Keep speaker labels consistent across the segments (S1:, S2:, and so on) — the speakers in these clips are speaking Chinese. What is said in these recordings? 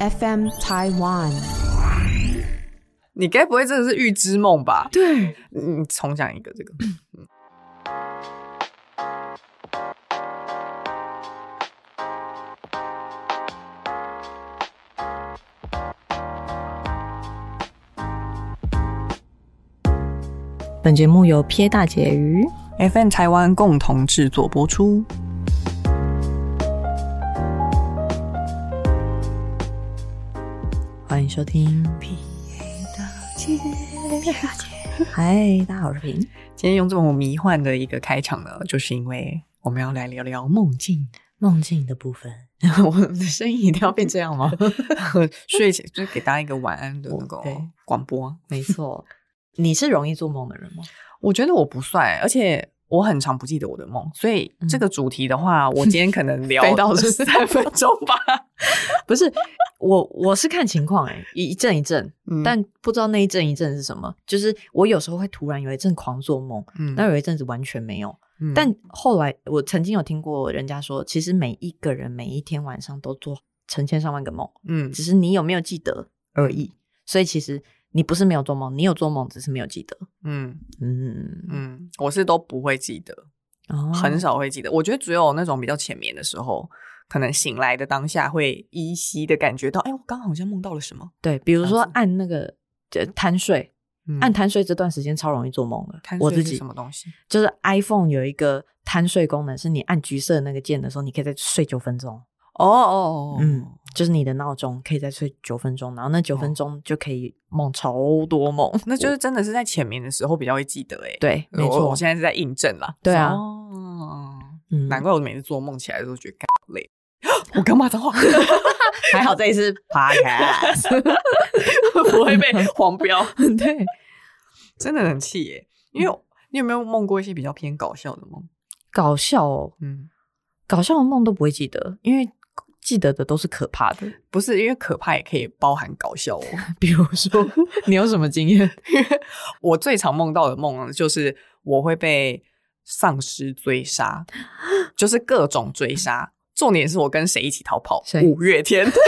S1: FM Taiwan。
S2: 你该不会真的是预知梦吧？
S1: 对，
S2: 你重讲一个这个。
S3: 本节目由撇大姐鱼
S2: FM 台湾共同制作播出。
S3: 欢迎收听。撇大姐，嗨，大家好，我是平。
S2: 今天用这么迷幻的一个开场呢，就是因为我们要来聊聊梦境。
S3: 梦境的部 分，
S2: 我的声音一定要变这样吗？睡前就是给大家一个晚安的那个
S3: 我对
S2: 广播。
S3: 没错，你是容易做梦的人吗？
S2: 我觉得我不算，而且我很常不记得我的梦，所以这个主题的话，我今天可能聊
S3: 飞到
S2: 是三分钟吧。
S3: 不是，我我是看情况哎、一一阵一阵，
S2: 嗯
S3: 但不知道那一阵一阵是什么。就是我有时候会突然有一阵狂做梦，
S2: 嗯
S3: 但有一阵子完全没有。
S2: 嗯
S3: 但后来我曾经有听过人家说，其实每一个人每一天晚上都做成千上万个梦，
S2: 嗯
S3: 只是你有没有记得而已。所以其实你不是没有做梦，你有做梦，只是没有记得。
S2: 嗯
S3: 嗯，
S2: 嗯，我是都不会记得，
S3: 哦
S2: 很少会记得。我觉得只有那种比较浅眠的时候，可能醒来的当下会依稀的感觉到，哎，我刚好像梦到了什么。
S3: 对，比如说
S2: 这样子
S3: 按那个呃贪睡，
S2: 嗯
S3: 按贪睡这段时间超容易做梦的。
S2: 贪
S3: 我
S2: 睡
S3: 自
S2: 是
S3: 己
S2: 什么东西？
S3: 就是 iPhone 有一个贪睡功能，是你按橘色的那个键的时候，你可以再睡九分钟。
S2: 哦哦哦，
S3: 嗯，就是你的闹钟可以再睡九分钟，然后那九
S2: 哦
S3: 分钟就可以梦超多梦。
S2: 那就是真的是在浅眠的时候比较会记得、哎，
S3: 对，
S2: 我，
S3: 没错
S2: 我。现在是在印证啦。
S3: 对啊
S2: 哦
S3: 嗯
S2: 难怪我每次做梦起来都觉得干 累。我刚骂脏话，
S3: 还好这一 次 podcast，
S2: 不会被 黄标，
S3: 对，
S2: 真的很气耶、
S3: 嗯
S2: 因为你有没有梦过一些比较偏搞笑的梦？
S3: 搞笑哦，
S2: 嗯，
S3: 搞笑的梦都不会记得，因为记得的都是可怕 的。
S2: 不是，因为可怕也可以包含搞笑哦。
S3: 比如说，你有什么经验？
S2: 我最常梦到的梦就是我会被丧尸 追杀，就是各种追杀。重点是我跟谁一起逃跑？
S3: 谁
S2: 五月天。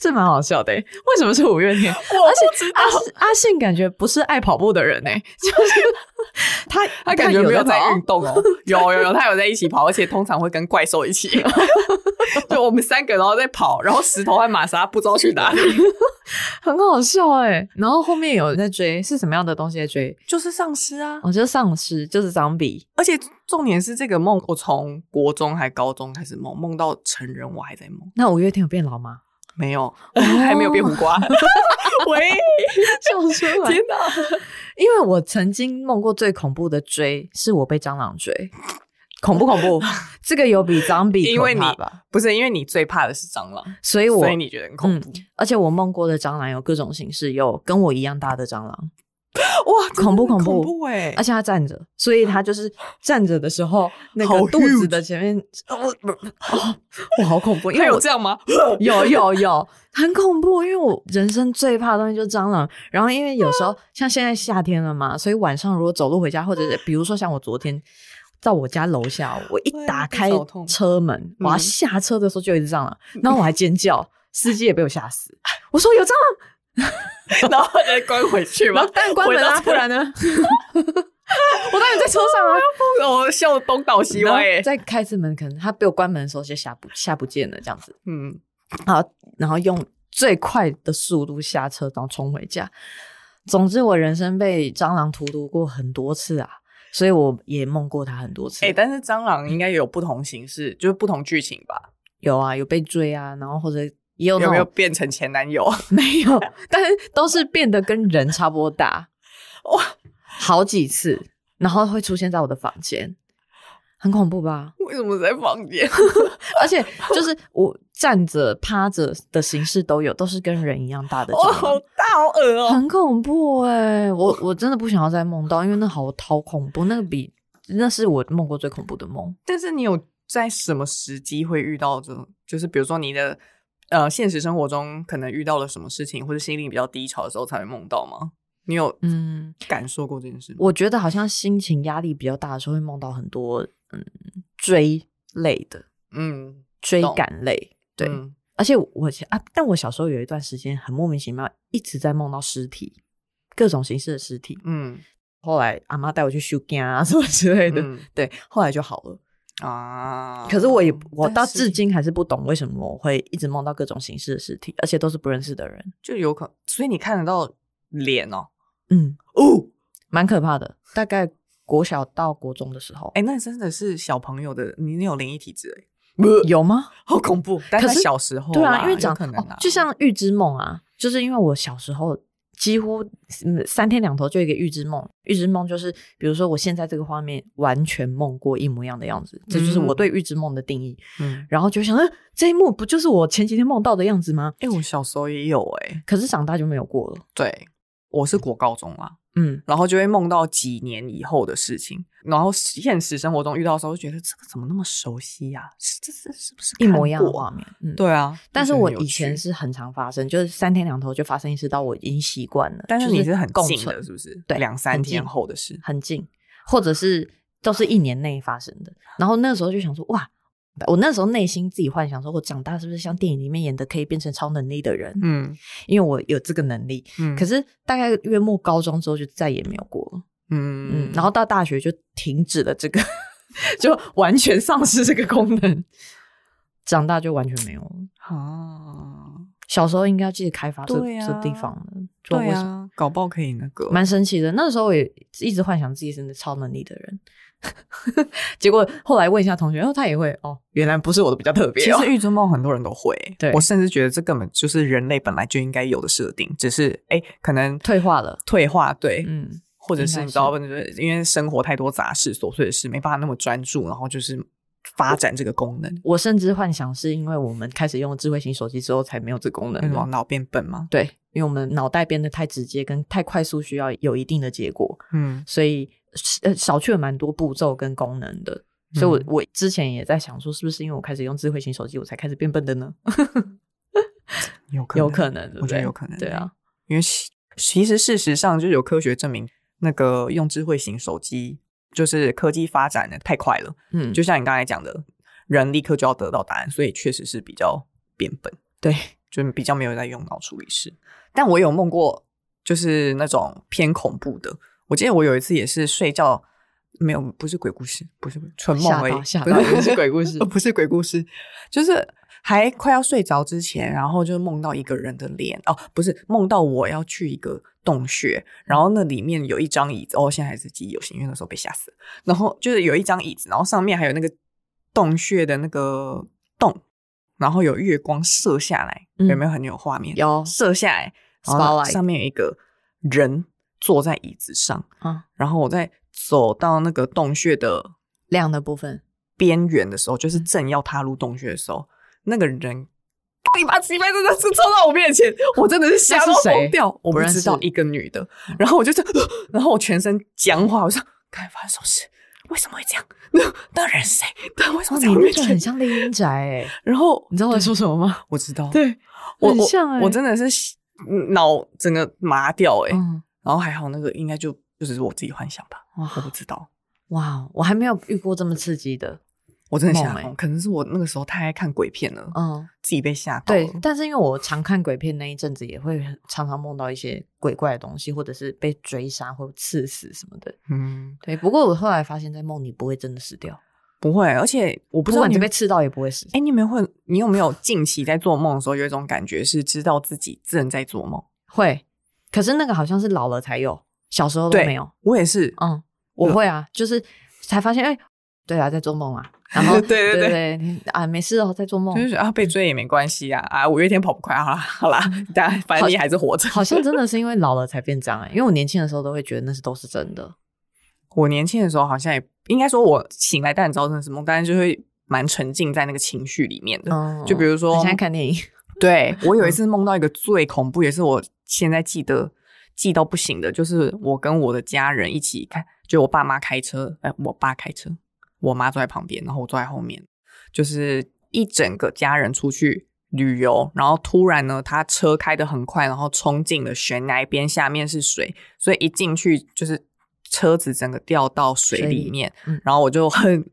S3: 这蛮好笑的欸，为什么是五月天？
S2: 我
S3: 而且阿信阿信感觉不是爱跑步的人哎，就是他
S2: 他感觉没有在
S3: 跑
S2: 运动 哦，有有有，他有在一起跑，而且通常会跟怪兽一起，就我们三个然后在跑，然后石头和玛莎不知道去哪里，
S3: 很好笑哎。然后后面有人在追，是什么样的东西在追？
S2: 就是丧尸啊！
S3: 我觉得丧尸就是 zombie，
S2: 而且重点是这个梦，我从国中还高中开始梦，梦到成人我还在梦，
S3: 那五月天有变老 吗？
S2: 没有，
S3: 哦
S2: 还没有变苦 瓜。喂，
S3: 笑出来！
S2: 天 哪！
S3: 因为我曾经梦过最恐怖的追，是我被蟑螂追，恐不恐 怖？这个有比 zombie
S2: 因为
S3: 可
S2: 你
S3: 怕吧？
S2: 不是因为你最怕的是蟑螂，
S3: 所以我嗯
S2: 所以你觉得很恐怖？
S3: 而且我梦过的蟑螂有各种形式，有跟我一样大的蟑螂，
S2: 哇，真的
S3: 恐怖恐
S2: 很恐
S3: 怖啊
S2: 怖哎！
S3: 而且它站着，所以它就是站着的时候，那
S2: 好
S3: 个肚
S2: huge
S3: 子的前面，哦，不哦我好恐怖，因
S2: 他
S3: 为
S2: 有
S3: 我
S2: 这 样吗？
S3: 有有有，很恐怖。因为我人生最怕的东西就是蟑螂。然后因为有时 候像现在夏天了嘛，所以晚上如果走路回家，或者是比如说像我昨天到我家楼下，我
S2: 哎
S3: 一打开
S2: 手痛
S3: 车门，我要
S2: 嗯
S3: 下车的时候就有一只蟑 螂，然后我还尖叫，司机也被我吓死。 我说有蟑螂，
S2: 然后再关回去吗
S3: 然后？当然关门
S2: 回
S3: 啊，
S2: 到
S3: 不然 呢？我当然 在车上啊，
S2: 我笑得东倒西
S3: 然后
S2: 歪欸耶。
S3: 再开一次门，可能他被我关门的时候就下不下不见了，这样子。
S2: 嗯，
S3: 然后然后用最快的速度下车，然后冲回家。总之，我人生被蟑螂荼毒过很多次啊，所以我也梦过它很多次。
S2: 哎、但是蟑螂应该有不同形式，就是不同剧情吧？
S3: 有啊，有被追啊，然后或者也有那
S2: 有
S3: 种
S2: 没有变成前男友？
S3: 没有，但是都是变得跟人差不多大，
S2: 哇，
S3: 好几次，然后会出现在我的房间，很恐怖吧？
S2: 为什么在房 间？
S3: 而且就是我站着、趴着的形式都有，都是跟人一样大的
S2: 哇，
S3: 蟑螂
S2: 哦好。大，好恶哦、
S3: 很恐怖哎、我我真的不想要再梦到，因为那好好恐怖，那个比那是我梦过最恐怖的梦。
S2: 但是你有在什么时机会遇到这种？就是比如说你的呃，现实生活中可能遇到了什么事情，或者心灵比较低潮的时候才会梦到吗？你有
S3: 嗯，
S2: 感受过这件事吗？
S3: 我觉得好像心情压力比较大的时候会梦到很多嗯追类的
S2: 嗯，
S3: 追
S2: 懂
S3: 赶类，对，
S2: 嗯
S3: 而且我啊，但我小时候有一段时间很莫名其妙，一直在梦到尸体，各种形式的尸体。
S2: 嗯
S3: 后来阿妈带我去修肝啊什么之类的，
S2: 嗯
S3: 对，后来就好了。
S2: 啊，
S3: 可是我也我到
S2: 但是
S3: 至今哦还是不懂为什么我会一直梦到各种形式的尸体，而且都是不认识的人。
S2: 就有可，所以你看得到脸哦。
S3: 嗯，
S2: 哦，
S3: 蛮可怕的。大概国小到国中的时候，
S2: 哎，那真的是小朋友的，你你有灵异体质哎，
S3: 有吗？
S2: 好恐怖。但
S3: 可
S2: 在
S3: 是
S2: 小时候啦，
S3: 对啊，因为
S2: 有
S3: 讲、
S2: 可能
S3: 哦
S2: 啊，
S3: 就像预知梦啊，就是因为我小时候几乎嗯三天两头就有一个预知梦，预知梦就是比如说我现在这个画面完全梦过一模一样的样子，这就是我
S2: 嗯
S3: 对预知梦的定义。
S2: 嗯，
S3: 然后就想，呃，这一幕不就是我前几天梦到的样子吗？
S2: 哎，我小时候也有哎，
S3: 可是长大就没有过了。
S2: 对，我是国高中啦，
S3: 嗯，
S2: 然后就会梦到几年以后的事情，然后现实生活中遇到的时候，就觉得这个怎么那么熟悉呀、是这是是不是
S3: 一
S2: 看
S3: 模一样的
S2: 过
S3: 画
S2: 啊？
S3: 面。嗯，。
S2: 对啊，
S3: 但是
S2: 就觉得
S3: 我
S2: 很有
S3: 以前
S2: 趣，
S3: 是很常发生，就是三天两头就发生一次，到我已经习惯了。
S2: 但是
S3: 就
S2: 你是很
S3: 共
S2: 近
S3: 存
S2: 的，是不是？
S3: 对
S2: 两三
S3: 很近
S2: 天后的事。
S3: 很近，或者是都是一年内发生的。然后那时候就想说，哇，我那时候内心自己幻想说，我长大是不是像电影里面演的，可以变成超能力的人？
S2: 嗯
S3: 因为我有这个能力。
S2: 嗯，
S3: 可
S2: 是
S3: 是大概月末高中之后就再也没有过了，
S2: 嗯
S3: 嗯，然后到大学就停止了这个， 就完全丧失这个功能，长大就完全没有了。
S2: 啊，
S3: 小时候应该要记得开发这、
S2: 对啊
S3: 这地方的，就
S2: 对
S3: 为什么？
S2: 啊，搞不好可以那个
S3: 蛮神奇的。那时候我也一直幻想自己是超能力的人， 结果后来问一下同学，然、后他也会哦，原来不是我的比较特别、
S2: 其
S3: 哦。
S2: 实预知梦很多人都会，
S3: 对
S2: 我甚至觉得这根本就是人类本来就应该有的设定，只是哎，可能
S3: 退化了
S2: 退化，对，
S3: 嗯，
S2: 或者
S3: 应
S2: 是
S3: 该
S2: 你知道，
S3: 是
S2: 就是因为生活太多杂事、琐碎的事，没办法那么专注，然后就是发展这个功能，
S3: 我甚至幻想是因为我们开始用智慧型手机之后才没有这功能的。
S2: 那呃种脑变笨吗？
S3: 对，因为我们脑袋变得太直接跟太快速，需要有一定的结果，
S2: 嗯
S3: 所以呃少去了蛮多步骤跟功能的。所以我，
S2: 嗯
S3: 我之前也在想说，是不是因为我开始用智慧型手机，我才开始变笨的呢？
S2: 有可能
S3: 有可能，对不
S2: 我觉得
S3: 对
S2: 有可能
S3: 对啊，
S2: 因为其其实事实上就有科学证明，那个用智慧型手机，就是科技发展的太快了，
S3: 嗯，
S2: 就像你刚才讲的，人立刻就要得到答案，所以确实是比较变笨，
S3: 对，
S2: 就是比较没有在用脑处理事。但我有梦过，就是那种偏恐怖的。我记得我有一次也是睡觉，没有不是鬼故事，不是纯梦
S3: 吓
S2: 而
S3: 到
S2: 已，
S3: 吓
S2: 不
S3: 到，以为是鬼故 事
S2: 呃，不是鬼故事，就是还快要睡着之前，然后就梦到一个人的脸哦，不是梦到我要去一个洞穴，然后那里面有一张椅子，哦，现在还是记忆犹新，因为那时候被吓死了。然后就是有一张椅子，然后上面还有那个洞穴的那个洞，然后有月光射下来，
S3: 嗯
S2: 有没有很有画面？
S3: 有
S2: 射下来，然后
S3: Spotlight
S2: 上面有一个人坐在椅子上，
S3: 啊，
S2: 然后我在走到那个洞穴的
S3: 亮的部分，
S2: 边缘的时候，
S3: 嗯
S2: 就是正要踏入洞穴的时候，那个人 一把鸡掰真的是冲到我面前，我真的是吓到
S3: 那是谁
S2: 疯掉。我
S3: 不
S2: 不
S3: 认识嗯
S2: 知道一个女的，然后我就这样，呃然后我全身僵化，我说该发生什么事？为什么会这样？ 那那人是谁？他为什么在我面前？
S3: 像丽英宅哎、
S2: 然后
S3: 你知道我在说什么吗？
S2: 我知道，
S3: 对，
S2: 我
S3: 很
S2: 我
S3: 像欸
S2: 我真的是嗯脑整个麻掉哎、
S3: 嗯，
S2: 然后还好那个应该就就只是我自己幻想吧，我不
S3: 哇
S2: 知道。
S3: 哇，哦我还没有遇过这么刺激的，
S2: 我真的吓
S3: 梦欸
S2: 疯，可能是我那个时候太爱看鬼片了，
S3: 嗯，
S2: 自己被吓到
S3: 对
S2: 了。，
S3: 但是因为我常看鬼片那一阵子，也会很常常梦到一些鬼怪的东西，或者是被追杀或刺死什么的。
S2: 嗯，
S3: 对，不过我后来发现，在梦里不会真的死掉，
S2: 不会，而且我不
S3: 不
S2: 知道
S3: 管
S2: 你
S3: 你被
S2: 们，
S3: 刺到也不会死。
S2: 哎，你们会，你有没有近期在做梦的时候有一种感觉是知道自己正在做梦？
S3: 会，可是那个好像是老了才有，小时候都
S2: 对，
S3: 没有。
S2: 我也是，
S3: 嗯，我会啊，就是才发现，哎、对啊，在做梦啊。然后
S2: 对
S3: 对
S2: 对对
S3: 对啊，没事哦，在做梦
S2: 就。是觉得啊被追也没关系啊，啊五月天跑不快，好啦好啦，大家反正你还是活着。
S3: 嗯好像真的是因为老了才变这样哎、因为我年轻的时候都会觉得那是都是真的。
S2: 我年轻的时候好像也应该说，我醒来但知道那是梦，但是就会蛮沉浸在那个情绪里面的。
S3: 嗯，
S2: 就比如
S3: 我
S2: 说
S3: 现在看电 影，
S2: 对我有一次梦到一个最恐怖，也是我现在记得记到不行的，就是我跟我的家人一起开，就我爸妈开车，哎、我爸开车，我妈坐在旁边，然后我坐在后面，就是一整个家人出去旅游，然后突然呢，他车开得很快，然后冲进了悬崖边，下面是水，所以一进去就是车子整个掉到水
S3: 水
S2: 里
S3: 里
S2: 面，
S3: 嗯
S2: 然后我就很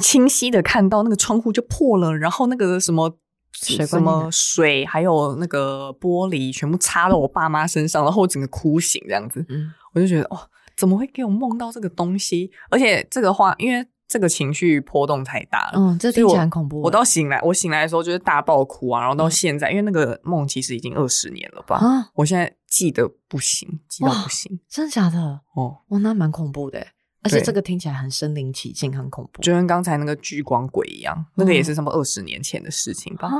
S2: 清晰的看到那个窗户就破了，然后那个什么
S3: 水
S2: 什
S3: 灌进来
S2: 么水，还有那个玻璃，全部插到我爸妈身上，然后我整个哭醒这样子。
S3: 嗯，
S2: 我就觉得哇，怎么会给我梦到这个东西？而且这个话，因为这个情绪波动太大了，
S3: 嗯，这
S2: 所以
S3: 听
S2: 我
S3: 起来很恐怖欸。嗯
S2: 我到醒来，我醒来的时候就是大爆哭啊，然后到现在，因为那个梦其实已经二十年了吧，
S3: 啊，
S2: 我现在记得不行，记到
S3: 哇
S2: 不行
S3: 真的假的？
S2: 哦，
S3: 哇，那蛮恐怖的欸，而且
S2: 对
S3: 这个听起来很身临其境，很恐怖。
S2: 就跟刚才那个聚光鬼一样，那个也
S3: 嗯
S2: 是什么二十年前的事情吧？
S3: 啊，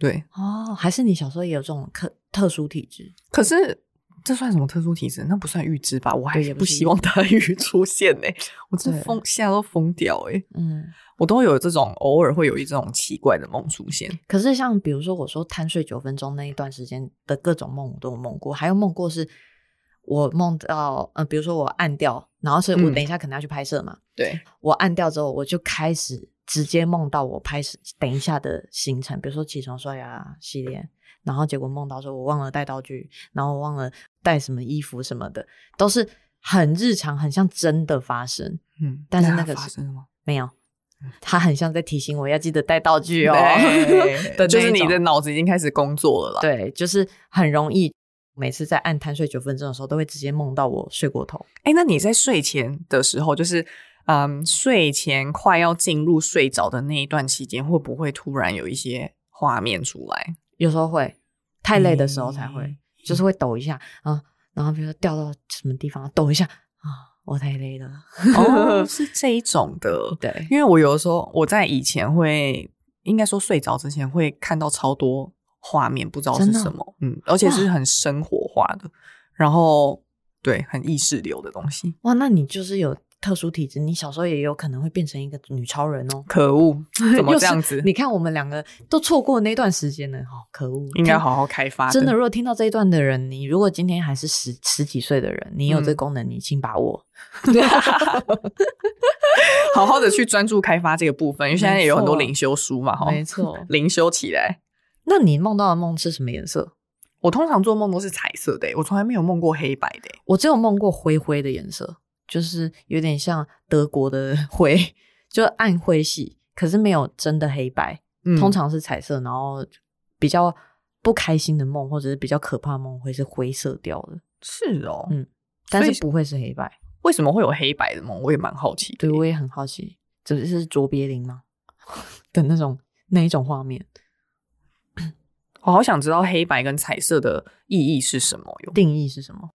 S2: 对，
S3: 哦，还是你小时候也有这种特特殊体质？
S2: 可是。这算什么特殊体质？那不算预知吧？我还
S3: 对也不
S2: 不
S3: 是
S2: 希望大鱼出现呢、我真
S3: 对
S2: 疯，吓到疯掉哎、
S3: 嗯，
S2: 我都有这种偶尔会有一这种奇怪的梦出现。
S3: 可是像比如说我说贪睡九分钟那一段时间的各种梦，我都有梦过，还有梦过是我梦到，嗯、比如说我按掉，然后是我
S2: 嗯
S3: 等一下可能要去拍摄嘛，
S2: 对，
S3: 我按掉之后，我就开始直接梦到我拍摄等一下的行程，比如说起床刷牙、啊洗脸，然后结果梦到说我忘了带道具，然后我忘了带什么衣服什么的，都是很日常，很像真的发生，
S2: 嗯，
S3: 但是
S2: 它
S3: 那个
S2: 发
S3: 是
S2: 生了吗？
S3: 没有。
S2: 嗯
S3: 他很像在提醒我要记得带道具哦， 的那一
S2: 就是你的
S3: 种
S2: 脑子已经开始工作了啦。
S3: 对，就是很容易，每次在按贪睡九分钟的时候，都会直接梦到我睡过头。
S2: 哎，那你在睡前的时候，就是嗯，睡前快要进入睡着的那一段期间，会不会突然有一些画面出来？
S3: 有时候会太累的时候才会，
S2: 嗯
S3: 就是会抖一下啊，然后比如说掉到什么地方抖一下啊，我太累了。
S2: 哦， 是这一种的。
S3: 对，
S2: 因为我有的时候我在以前会，应该说睡着之前会看到超多画面，不知道是
S3: 真的哦
S2: 什么，嗯，而且是很生活化的，然后对，很意识流的东西。
S3: 哇，那你就是有特殊体质，你小时候也有可能会变成一个女超人哦。
S2: 可恶， 怎 么
S3: 又
S2: 这
S3: 是
S2: 样子？
S3: 你看我们两个都错过那段时间了，哦，可恶！
S2: 应该
S3: 听
S2: 好好开发
S3: 真的，如果听到这一段的人，你如果今天还是十十几岁的人，你有这
S2: 嗯
S3: 功能，你请把握。
S2: 好好 的去专注开发这个部分，因为现在也有很多灵修书嘛，哈，
S3: 没错
S2: 灵修起来。
S3: 那你梦到的梦是什么颜色？
S2: 我通常做梦都是彩色的、欸我从来没有梦过黑白的、欸
S3: 我只有梦过灰灰的颜色，就是有点像德国的 灰，就暗灰系，可是没有真的黑白，
S2: 嗯
S3: 通常是彩色，然后比较不开心的梦或者是比较可怕的梦会是灰色调的，
S2: 是哦，
S3: 嗯但
S2: 所
S3: 是
S2: 以
S3: 不会是黑白。
S2: 为什么会有黑白的梦？我也蛮好奇的、欸
S3: 对，我也很好奇，只是卓别林吗 的那种那一种画面
S2: 我好想知道黑白跟彩色的意义是什么哟。
S3: 定义是什么，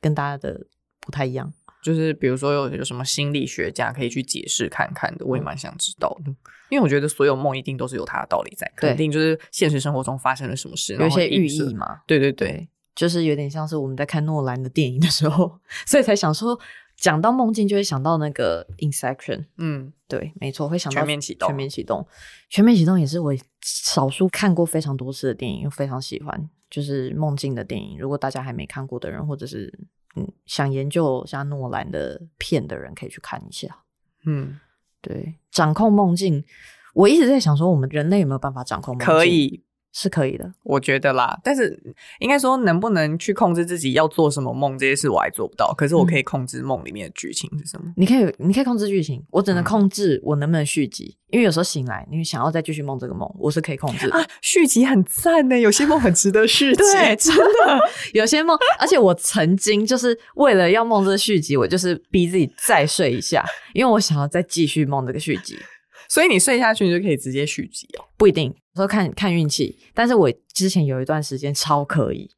S3: 跟大家的不太一样。
S2: 就是比如说有有什么心理学家可以去解释看看的，
S3: 嗯
S2: 我也蛮想知道的。因为我觉得所有梦一定都是有它的道理在，
S3: 对
S2: 肯定就是现实生活中发生了什么事，
S3: 有一
S2: 然后
S3: 些寓
S2: 映射
S3: 意。嘛，
S2: 对对对，
S3: 就是有点像是我们在看诺兰的电影的时候， 所以才想说，讲到梦境就会想到那个 Inception，
S2: 嗯，
S3: 对，没错，会想到
S2: 全面启动
S3: 全面启动，全面启动也是我少数看过非常多次的电影，又非常喜欢，就是梦境的电影。如果大家还没看过的人，或者是嗯想研究一下诺兰的片的人，可以去看一下。
S2: 嗯，
S3: 对，掌控梦境，我一直在想说，我们人类有没有办法掌控梦境？
S2: 可，以，
S3: 是可以的。
S2: 我觉得啦。但是应该说能不能去控制自己要做什么梦这些事，我还做不到。可是我可
S3: 嗯
S2: 以控制梦里面的剧情是什么。
S3: 你可以，你可以控制剧情，我只能
S2: 嗯
S3: 控制我能不能续集，因为有时候醒来，你想要再继续梦这个梦，我是可以控制的。
S2: 啊，续集很赞呢，有些梦很值得续集。
S3: 对，真的有些梦，而且我曾经就是为了要梦这个续集，我就是逼自己再睡一下，因为我想要再继续梦这个续集，
S2: 所以你睡下去，你就可以直接续集哦。
S3: 不一定，有时候看看运气。但是我之前有一段时间超可以，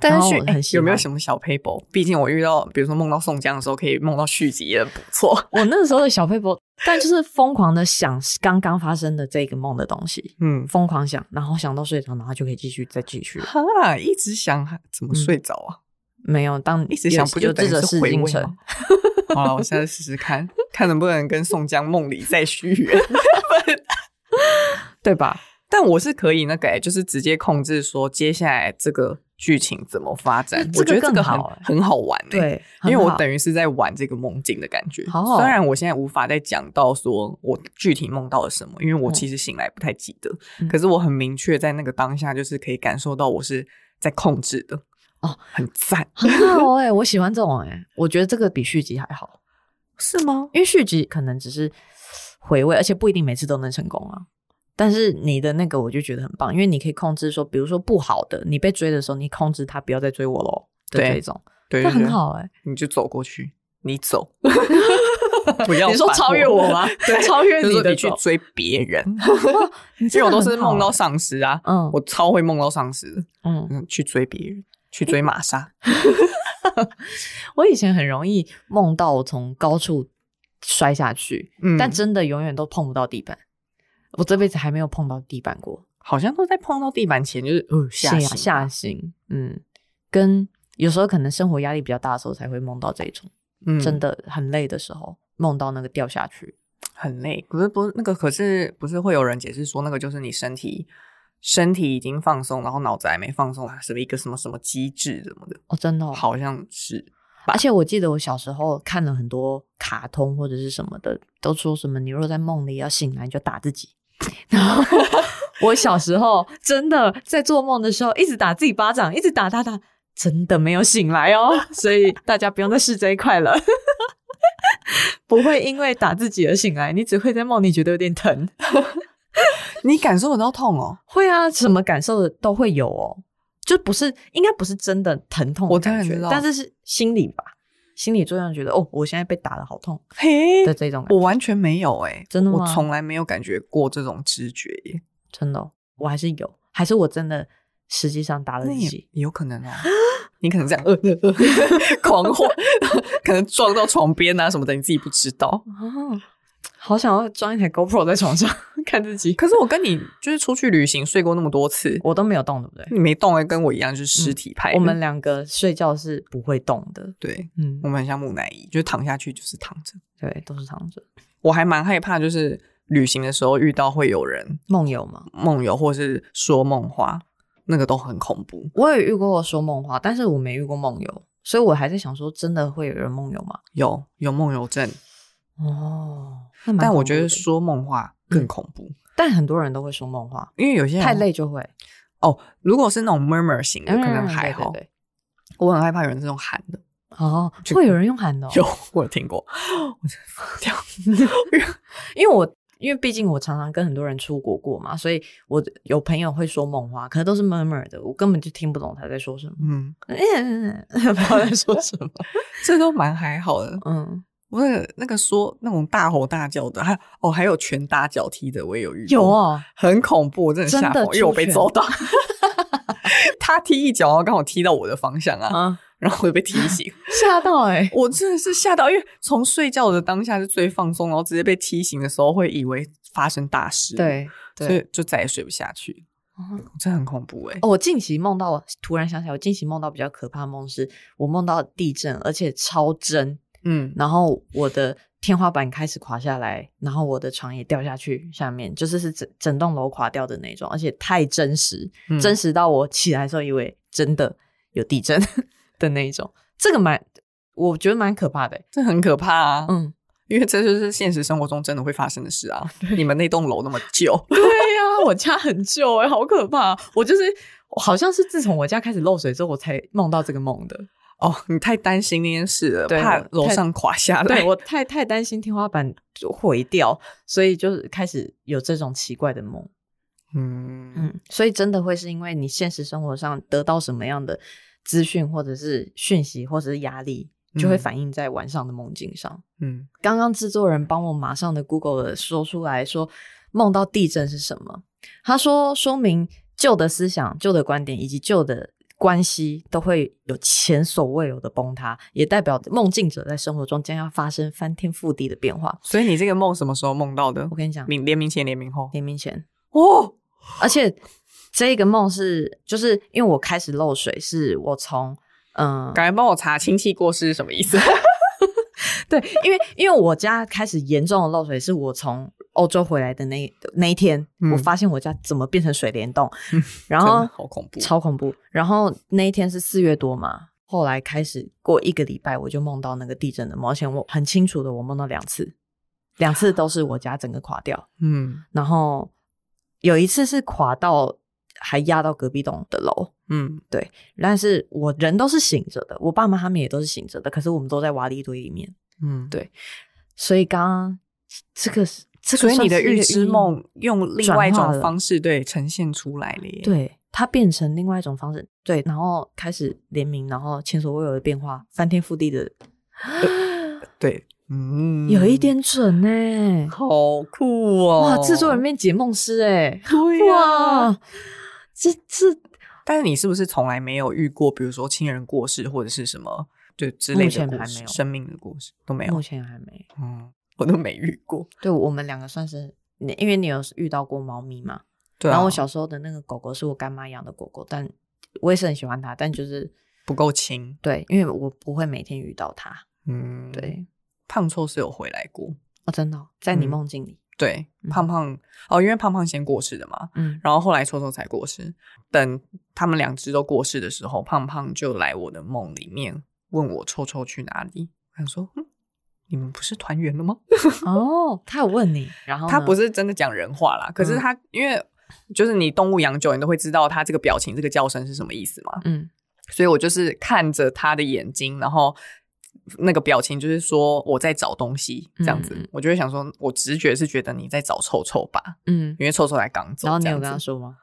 S2: 但
S3: 然
S2: 是
S3: 后
S2: 续
S3: 我
S2: 哎
S3: 很喜
S2: 有没有
S3: 欢
S2: 什么小 paper？毕竟我遇到，比如说梦到宋江的时候，可以梦到续集也很不错。
S3: 我那时候的小佩波，但就是疯狂的想刚刚发生的这个梦的东西，
S2: 嗯，
S3: 疯狂想，然后想到睡着，然后就可以继续再继续了。
S2: 哈，一直想怎么睡着啊？
S3: 没有，当
S2: 一直
S3: 嗯有
S2: 想不就
S3: 有
S2: 等于
S3: 这者
S2: 是
S3: 事
S2: 回
S3: 精
S2: 味
S3: 神
S2: 吗？？ 好了，我现在试试看，看能不能跟宋江梦里再续缘。
S3: 对吧？
S2: 但我是可以那个、欸，就是直接控制说接下来这个剧情怎么发展
S3: 那。嗯这
S2: 我觉得
S3: 个
S2: 这个
S3: 更
S2: 很
S3: 好欸
S2: 很好玩、欸，。
S3: 对，
S2: 因为
S3: 很
S2: 我
S3: 好
S2: 等于是在玩这个梦境的感觉。
S3: 好好
S2: 虽然我现在无法再讲到说我具体梦到了什么，因为我
S3: 嗯
S2: 其实醒来不太记得，
S3: 嗯
S2: 可是我很明确在那个当下，就是可以感受到我是在控制的。
S3: 哦，
S2: 很赞，
S3: 很好哎、我喜欢这种哎、我觉得这个比续集还好，
S2: 是吗？
S3: 因为续集可能只是回味，而且不一定每次都能成功啊。但是你的那个我就觉得很棒，因为你可以控制说，比如说不好的，你被追的时候，你控制他不要再追我喽的
S2: 对
S3: 这种，
S2: 对，
S3: 那
S2: 对
S3: 很
S2: 对
S3: 好哎、
S2: 你就走过去，你走，不要
S3: 你说
S2: 烦
S3: 超越我吗
S2: 对，
S3: 超越
S2: 就是
S3: 你
S2: 说
S3: 的
S2: 你去
S3: 走
S2: 追别 人，
S3: 你
S2: 因
S3: 这种
S2: 为我都是梦到丧尸啊，
S3: 欸嗯
S2: 我超会梦到丧尸，
S3: 嗯，
S2: 嗯，去追别人，去追玛莎，
S3: 我以前很容易梦到我从高处摔下去，
S2: 嗯，
S3: 但真的永远都碰不到地板。我这辈子还没有碰到地板过，
S2: 好像都在碰到地板前就是呃吓
S3: 吓
S2: 醒
S3: 啊吓醒，嗯，跟有时候可能生活压力比较大的时候才会梦到这种，
S2: 嗯
S3: 真的很累的时候梦到那个掉下去，
S2: 很累，可是不是那个，可是不是会有人解释说那个就是你身体身体已经放松，然后脑子还没放松，它是一个什么什么机制什么的，
S3: 哦，真的、哦，
S2: 好像是
S3: 而且我记得我小时候看了很多卡通或者是什么的，都说什么你若在梦里要醒来，你就打自己。 然后我小时候真的在做梦的时候，一直打自己巴掌，一直打打打，真的没有醒来哦。 所以大家不用再试这一块了， 不会因为打自己而醒来，你只会在梦里觉得有点疼。
S2: 你感受得到痛哦，
S3: 会啊，什么感受都会有哦，就不是应该不是真的疼痛
S2: 我
S3: 的
S2: 当然
S3: 感觉
S2: 知道，
S3: 但是是心理吧，心理作用觉得哦，我现在被打的好痛
S2: 嘿
S3: 的这种感觉，
S2: 我完全没有哎、
S3: 真的吗
S2: 我从来没有感觉过这种知觉耶。
S3: 真的哦、我还是有，还是我真的实际上打了
S2: 那
S3: 自
S2: 也
S3: 己，
S2: 也有可能哦，你可能这样呃呃呃 狂晃，可能撞到床边啊什么的，你自己不知道。
S3: 哦，好想要装一台 GoPro 在床上 看自 己，
S2: 可是我跟你就是出去旅行睡过那么多次，
S3: 我都没有动，对不对？
S2: 你没动哎、跟我一样就是尸体派
S3: 嗯
S2: 的、
S3: 我们两个睡觉是不会动的，
S2: 对，
S3: 嗯
S2: 我，们很像木乃伊，就是躺下去就是躺着。
S3: 对，都是躺着
S2: 我还蛮害怕，就是旅行的时候遇到会有人
S3: 梦游嘛。
S2: 梦游或是说梦话，那个都很恐怖。
S3: 我也遇过我说梦话，但是我没遇过梦游，所以我还在想说，真的会有人梦游吗？
S2: 有有梦游症，
S3: 哦，那蛮
S2: 但我
S3: 恐
S2: 觉
S3: 怖
S2: 得
S3: 的
S2: 说梦话更恐怖，
S3: 但很多人都会说梦话，
S2: 因为有些人
S3: 太累就会，
S2: 哦。如果是那种 murmur 型的，可能
S3: 嗯
S2: 还好。
S3: 对对对
S2: 我很害怕有人这种喊的，
S3: 哦，
S2: 就
S3: 会有人用喊的、哦，
S2: 有我有听过，我真的疯掉。
S3: 因为我因为毕竟我常常跟很多人出国过嘛，所以我有朋友会说梦话，可能都是 murmur 的，我根本就听不懂他在说什么，
S2: 嗯，
S3: 嗯，不知道在说什 么，
S2: 这都蛮还好的。
S3: 嗯，
S2: 我那个那个说那种大吼大叫的，还哦还有拳打脚踢的，我也有遇过。
S3: 有哦，
S2: 很恐怖，我真的吓
S3: 真的
S2: 疯，因为我被
S3: 出拳
S2: 揍 到。 他踢一脚，然后刚好踢到我的方向啊，
S3: 啊，
S2: 然后我就被踢醒。
S3: 吓到哎、
S2: 我真的是吓到，因为从睡觉的当下是最放松，然后直接被踢醒的时候，会以为发生大事，，
S3: 对
S2: 所
S3: 对。
S2: 以就再也睡不下去，
S3: 哦
S2: 真的很恐怖哎、
S3: 哦，我近期梦到，突然想起来，我近期梦到比较可怕的梦是，我梦到地震，而且超真，
S2: 嗯，
S3: 然后我的天花板开始垮下来，然后我的床也掉下去，下面就是是整整栋楼垮掉的那种，而且太真实，
S2: 嗯
S3: 真实到我起来的时候以为真的有地震 的那一种，这个蛮我觉得蛮可怕的欸、
S2: 这很可怕啊，
S3: 嗯，
S2: 因为这就是现实生活中真的会发生的事啊。你们那栋楼那么旧，
S3: 对呀、我家很旧哎、好可怕！我就是好像是自从我家开始漏水之后，我才梦到这个梦的。
S2: 哦，你太担心那件事了，
S3: 对
S2: 怕
S3: 我
S2: 楼
S3: 太
S2: 上垮下来。
S3: 对我太太担心天花板就毁掉，所以就是开始有这种奇怪的梦。
S2: 嗯嗯
S3: 嗯，所以真的会是因为你现实生活上得到什么样的资讯，或者是讯息，或者是压力，就会
S2: 嗯
S3: 反映在晚上的梦境上。
S2: 嗯，
S3: 刚刚制作人帮我马上的 Google 了说出来说梦到地震是什么，他说说明旧的思想、旧的观点以及旧的。关系都会有前所未有的崩塌，也代表梦境者在生活中将要发生翻天覆地的变化。
S2: 所以你这个梦什么时候梦到的
S3: 我？跟你讲，
S2: 明联名前，联名后。
S3: 联名前
S2: 哦，
S3: 而且这个梦是，就是因为我开始漏水，是我从嗯、
S2: 赶快帮我查亲戚过世是什么意思？
S3: 对，因为因为我家开始严重的漏水，是我从欧洲回来的那那一天，
S2: 嗯
S3: 我发现我家怎么变成水帘洞，
S2: 嗯
S3: 然
S2: 真
S3: 后
S2: 的好恐怖
S3: 超恐怖。然后那一天是四月多嘛，后来开始过一个礼拜，我就梦到那个地震的梦，而且我很清楚的，我梦到两次，两次都是我家整个垮掉。
S2: 嗯
S3: 然后有一次是垮到还压到隔壁栋的楼，
S2: 嗯
S3: 但是我人都是醒着的，我爸妈他们也都是醒着的，可是我们都在瓦砾堆里面，
S2: 嗯，
S3: 对所以刚刚这个是这个
S2: 所以
S3: 算
S2: 你的
S3: 是一
S2: 预
S3: 个
S2: 知
S3: 寓意
S2: 梦用另外一
S3: 转化
S2: 种
S3: 了
S2: 方式对呈现出来了耶。，
S3: 对，它变成另外一种方式，对，然后开始联名，然后前所未有的变化，翻天覆地的，
S2: 对，嗯，
S3: 有一点准呢、
S2: 好酷哦！
S3: 哇，制作人变解梦师哎、
S2: 对啊呀、
S3: 哇，这这
S2: 但是你是不是从来没有遇过，比如说亲人过世或者是什么就之类
S3: 目
S2: 的
S3: 前
S2: 故
S3: 还
S2: 事
S3: 没，有
S2: 生命的故事都没有
S3: 目？前还没。
S2: 嗯，我都没遇过。
S3: 对我们两个算是你，因为你有遇到过猫咪嘛，
S2: 对、啊，
S3: 然后我小时候的那个狗狗是我干妈养的狗狗，但我也是很喜欢它，但就是
S2: 不够亲，
S3: 对，因为我不会每天遇到它。
S2: 嗯，，
S3: 对，
S2: 胖臭是有回来过，
S3: 哦，真的哦、在你
S2: 嗯
S3: 梦境里，
S2: 对，
S3: 嗯
S2: 胖胖、哦，因为胖胖先过世的嘛，
S3: 嗯，
S2: 然后后来臭臭才过世。等他们两只都过世的时候，胖胖就来我的梦里面问我臭臭去哪里。他说：“嗯，你们不是团圆了吗
S3: 哦，他有问你，然？”后
S2: 他不
S3: 是
S2: 是真的讲人话啦，可是
S3: 嗯
S2: 他、因为就是你动物养久，你都会知道他这个表情、这个叫声是什么意思嘛。
S3: 嗯
S2: 所以我就是看着他的眼睛，然后那个表情就是说我在找东西这样子，
S3: 嗯嗯
S2: 我就会想说，我直觉是觉得你在找臭臭吧，
S3: 嗯，
S2: 因为臭臭才刚走。
S3: 然后你有
S2: 这
S3: 跟
S2: 样
S3: 他
S2: 子
S3: 说吗？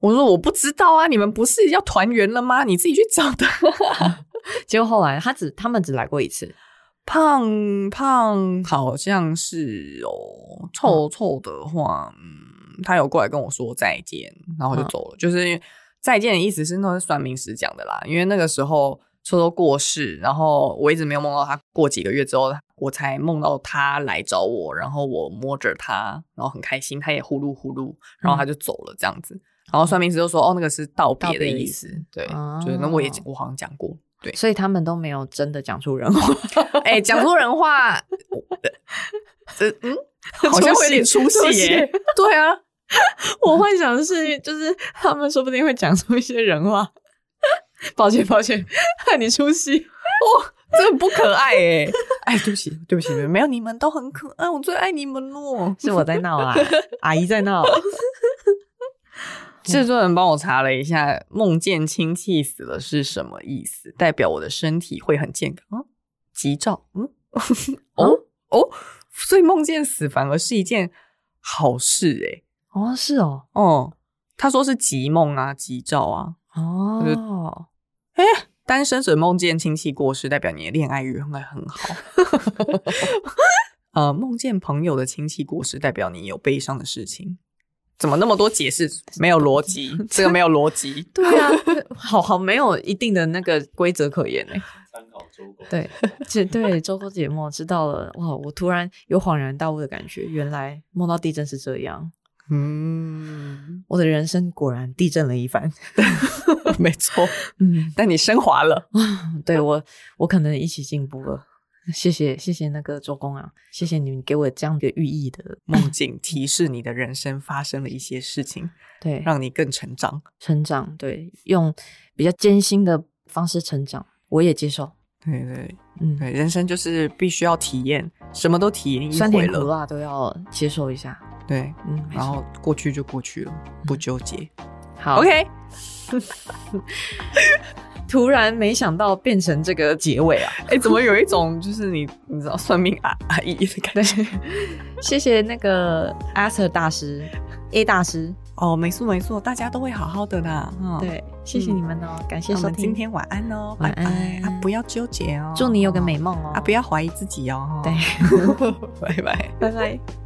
S2: 我说我不知道啊，你们不是要团圆了吗？你自己去找的。
S3: 结果后来他只他们只来过一次，
S2: 胖胖好像是
S3: 嗯
S2: 哦，臭臭的话，嗯，他有过来跟我说再见，然后我就
S3: 嗯
S2: 走了。就是再见的意思是那是算命师讲的啦，因为那个时候臭臭过世，然后我一直没有梦到他。过几个月之后，我才梦到他来找我，然后我摸着他，然后很开心，他也呼噜呼噜，
S3: 嗯
S2: 然后他就走了这样子。然后算命师就说：“哦，那个是道
S3: 道
S2: 别的
S3: 别的
S2: 意
S3: 意
S2: 思
S3: 思。
S2: 对，
S3: 哦
S2: 就是那我也我好像讲过，对。
S3: 所以他们都没有真的讲出人话，
S2: 哎、讲出人话，这 嗯，好像会有点出戏耶。 对啊，
S3: 我幻想的是，就是他们说不定会讲出一些人话。抱歉，抱歉， 害你出戏。
S2: 真的不可爱 哎、哎，对不起，对不起，没有你们都很可爱，我最爱你们喽。
S3: 是我在闹
S2: 啊
S3: 啦， 阿姨在闹。
S2: 制作人帮我查了一下，梦见亲戚死了是什么意思？代表我的身体会很健康？嗯吉兆？ 嗯，哦哦，所以梦见死反而是一件好事哎、
S3: 哦，是哦，
S2: 哦、他说是吉梦啊，吉兆啊。
S3: 哦，
S2: 单身者梦见亲戚过世，代表你的恋爱运会很好。 呃，梦见朋友的亲戚过世，代表你有悲伤的事情。怎么那么多解释？没有逻辑，这个没有逻 辑。
S3: 对啊，好好没有一定的那个规则可言呢。
S1: 参考周公。
S3: 对， 这对周公解梦知道了，哇，我突然有恍然大悟的感觉，原来梦到地震是这样，
S2: 嗯，
S3: 我的人生果然地震了一番。
S2: 没错。
S3: 嗯，
S2: 但你升华了，
S3: 对我，我可能一起进步了。谢谢，谢谢那个周公啊，谢谢你们给我这样的寓意的，
S2: 梦境提示你的人生发生了一些事情，
S3: 对，
S2: 让你更成长。
S3: 成长，对，用比较艰辛的方式成长，我也接受。
S2: 对对
S3: 嗯，
S2: 对，人生就是必须要体验，什么都体验一
S3: 酸
S2: 回
S3: 甜苦
S2: 了。
S3: 辣都要接受一下。
S2: 对，
S3: 嗯，没
S2: 然
S3: 错嗯
S2: 后过去就过去了，不纠结。
S3: 好
S2: OK。
S3: 突然没想到变成这个结尾啊！
S2: 哎、怎么有一种就是你你知道算命阿阿姨的感觉？
S3: 对， 谢谢那个 Aster 大师 A 大师， 哦
S2: 哦，没错没错，大家都会好好的啦。嗯，
S3: 对，谢谢你们哦，感谢
S2: 那我
S3: 收
S2: 们今
S3: 听，
S2: 天晚安哦，
S3: 晚
S2: 拜拜
S3: 安
S2: 啊，不要纠结哦，
S3: 祝你有个美梦哦，
S2: 啊，不要怀疑自己哦，
S3: 对，
S2: 拜拜。
S3: 拜拜。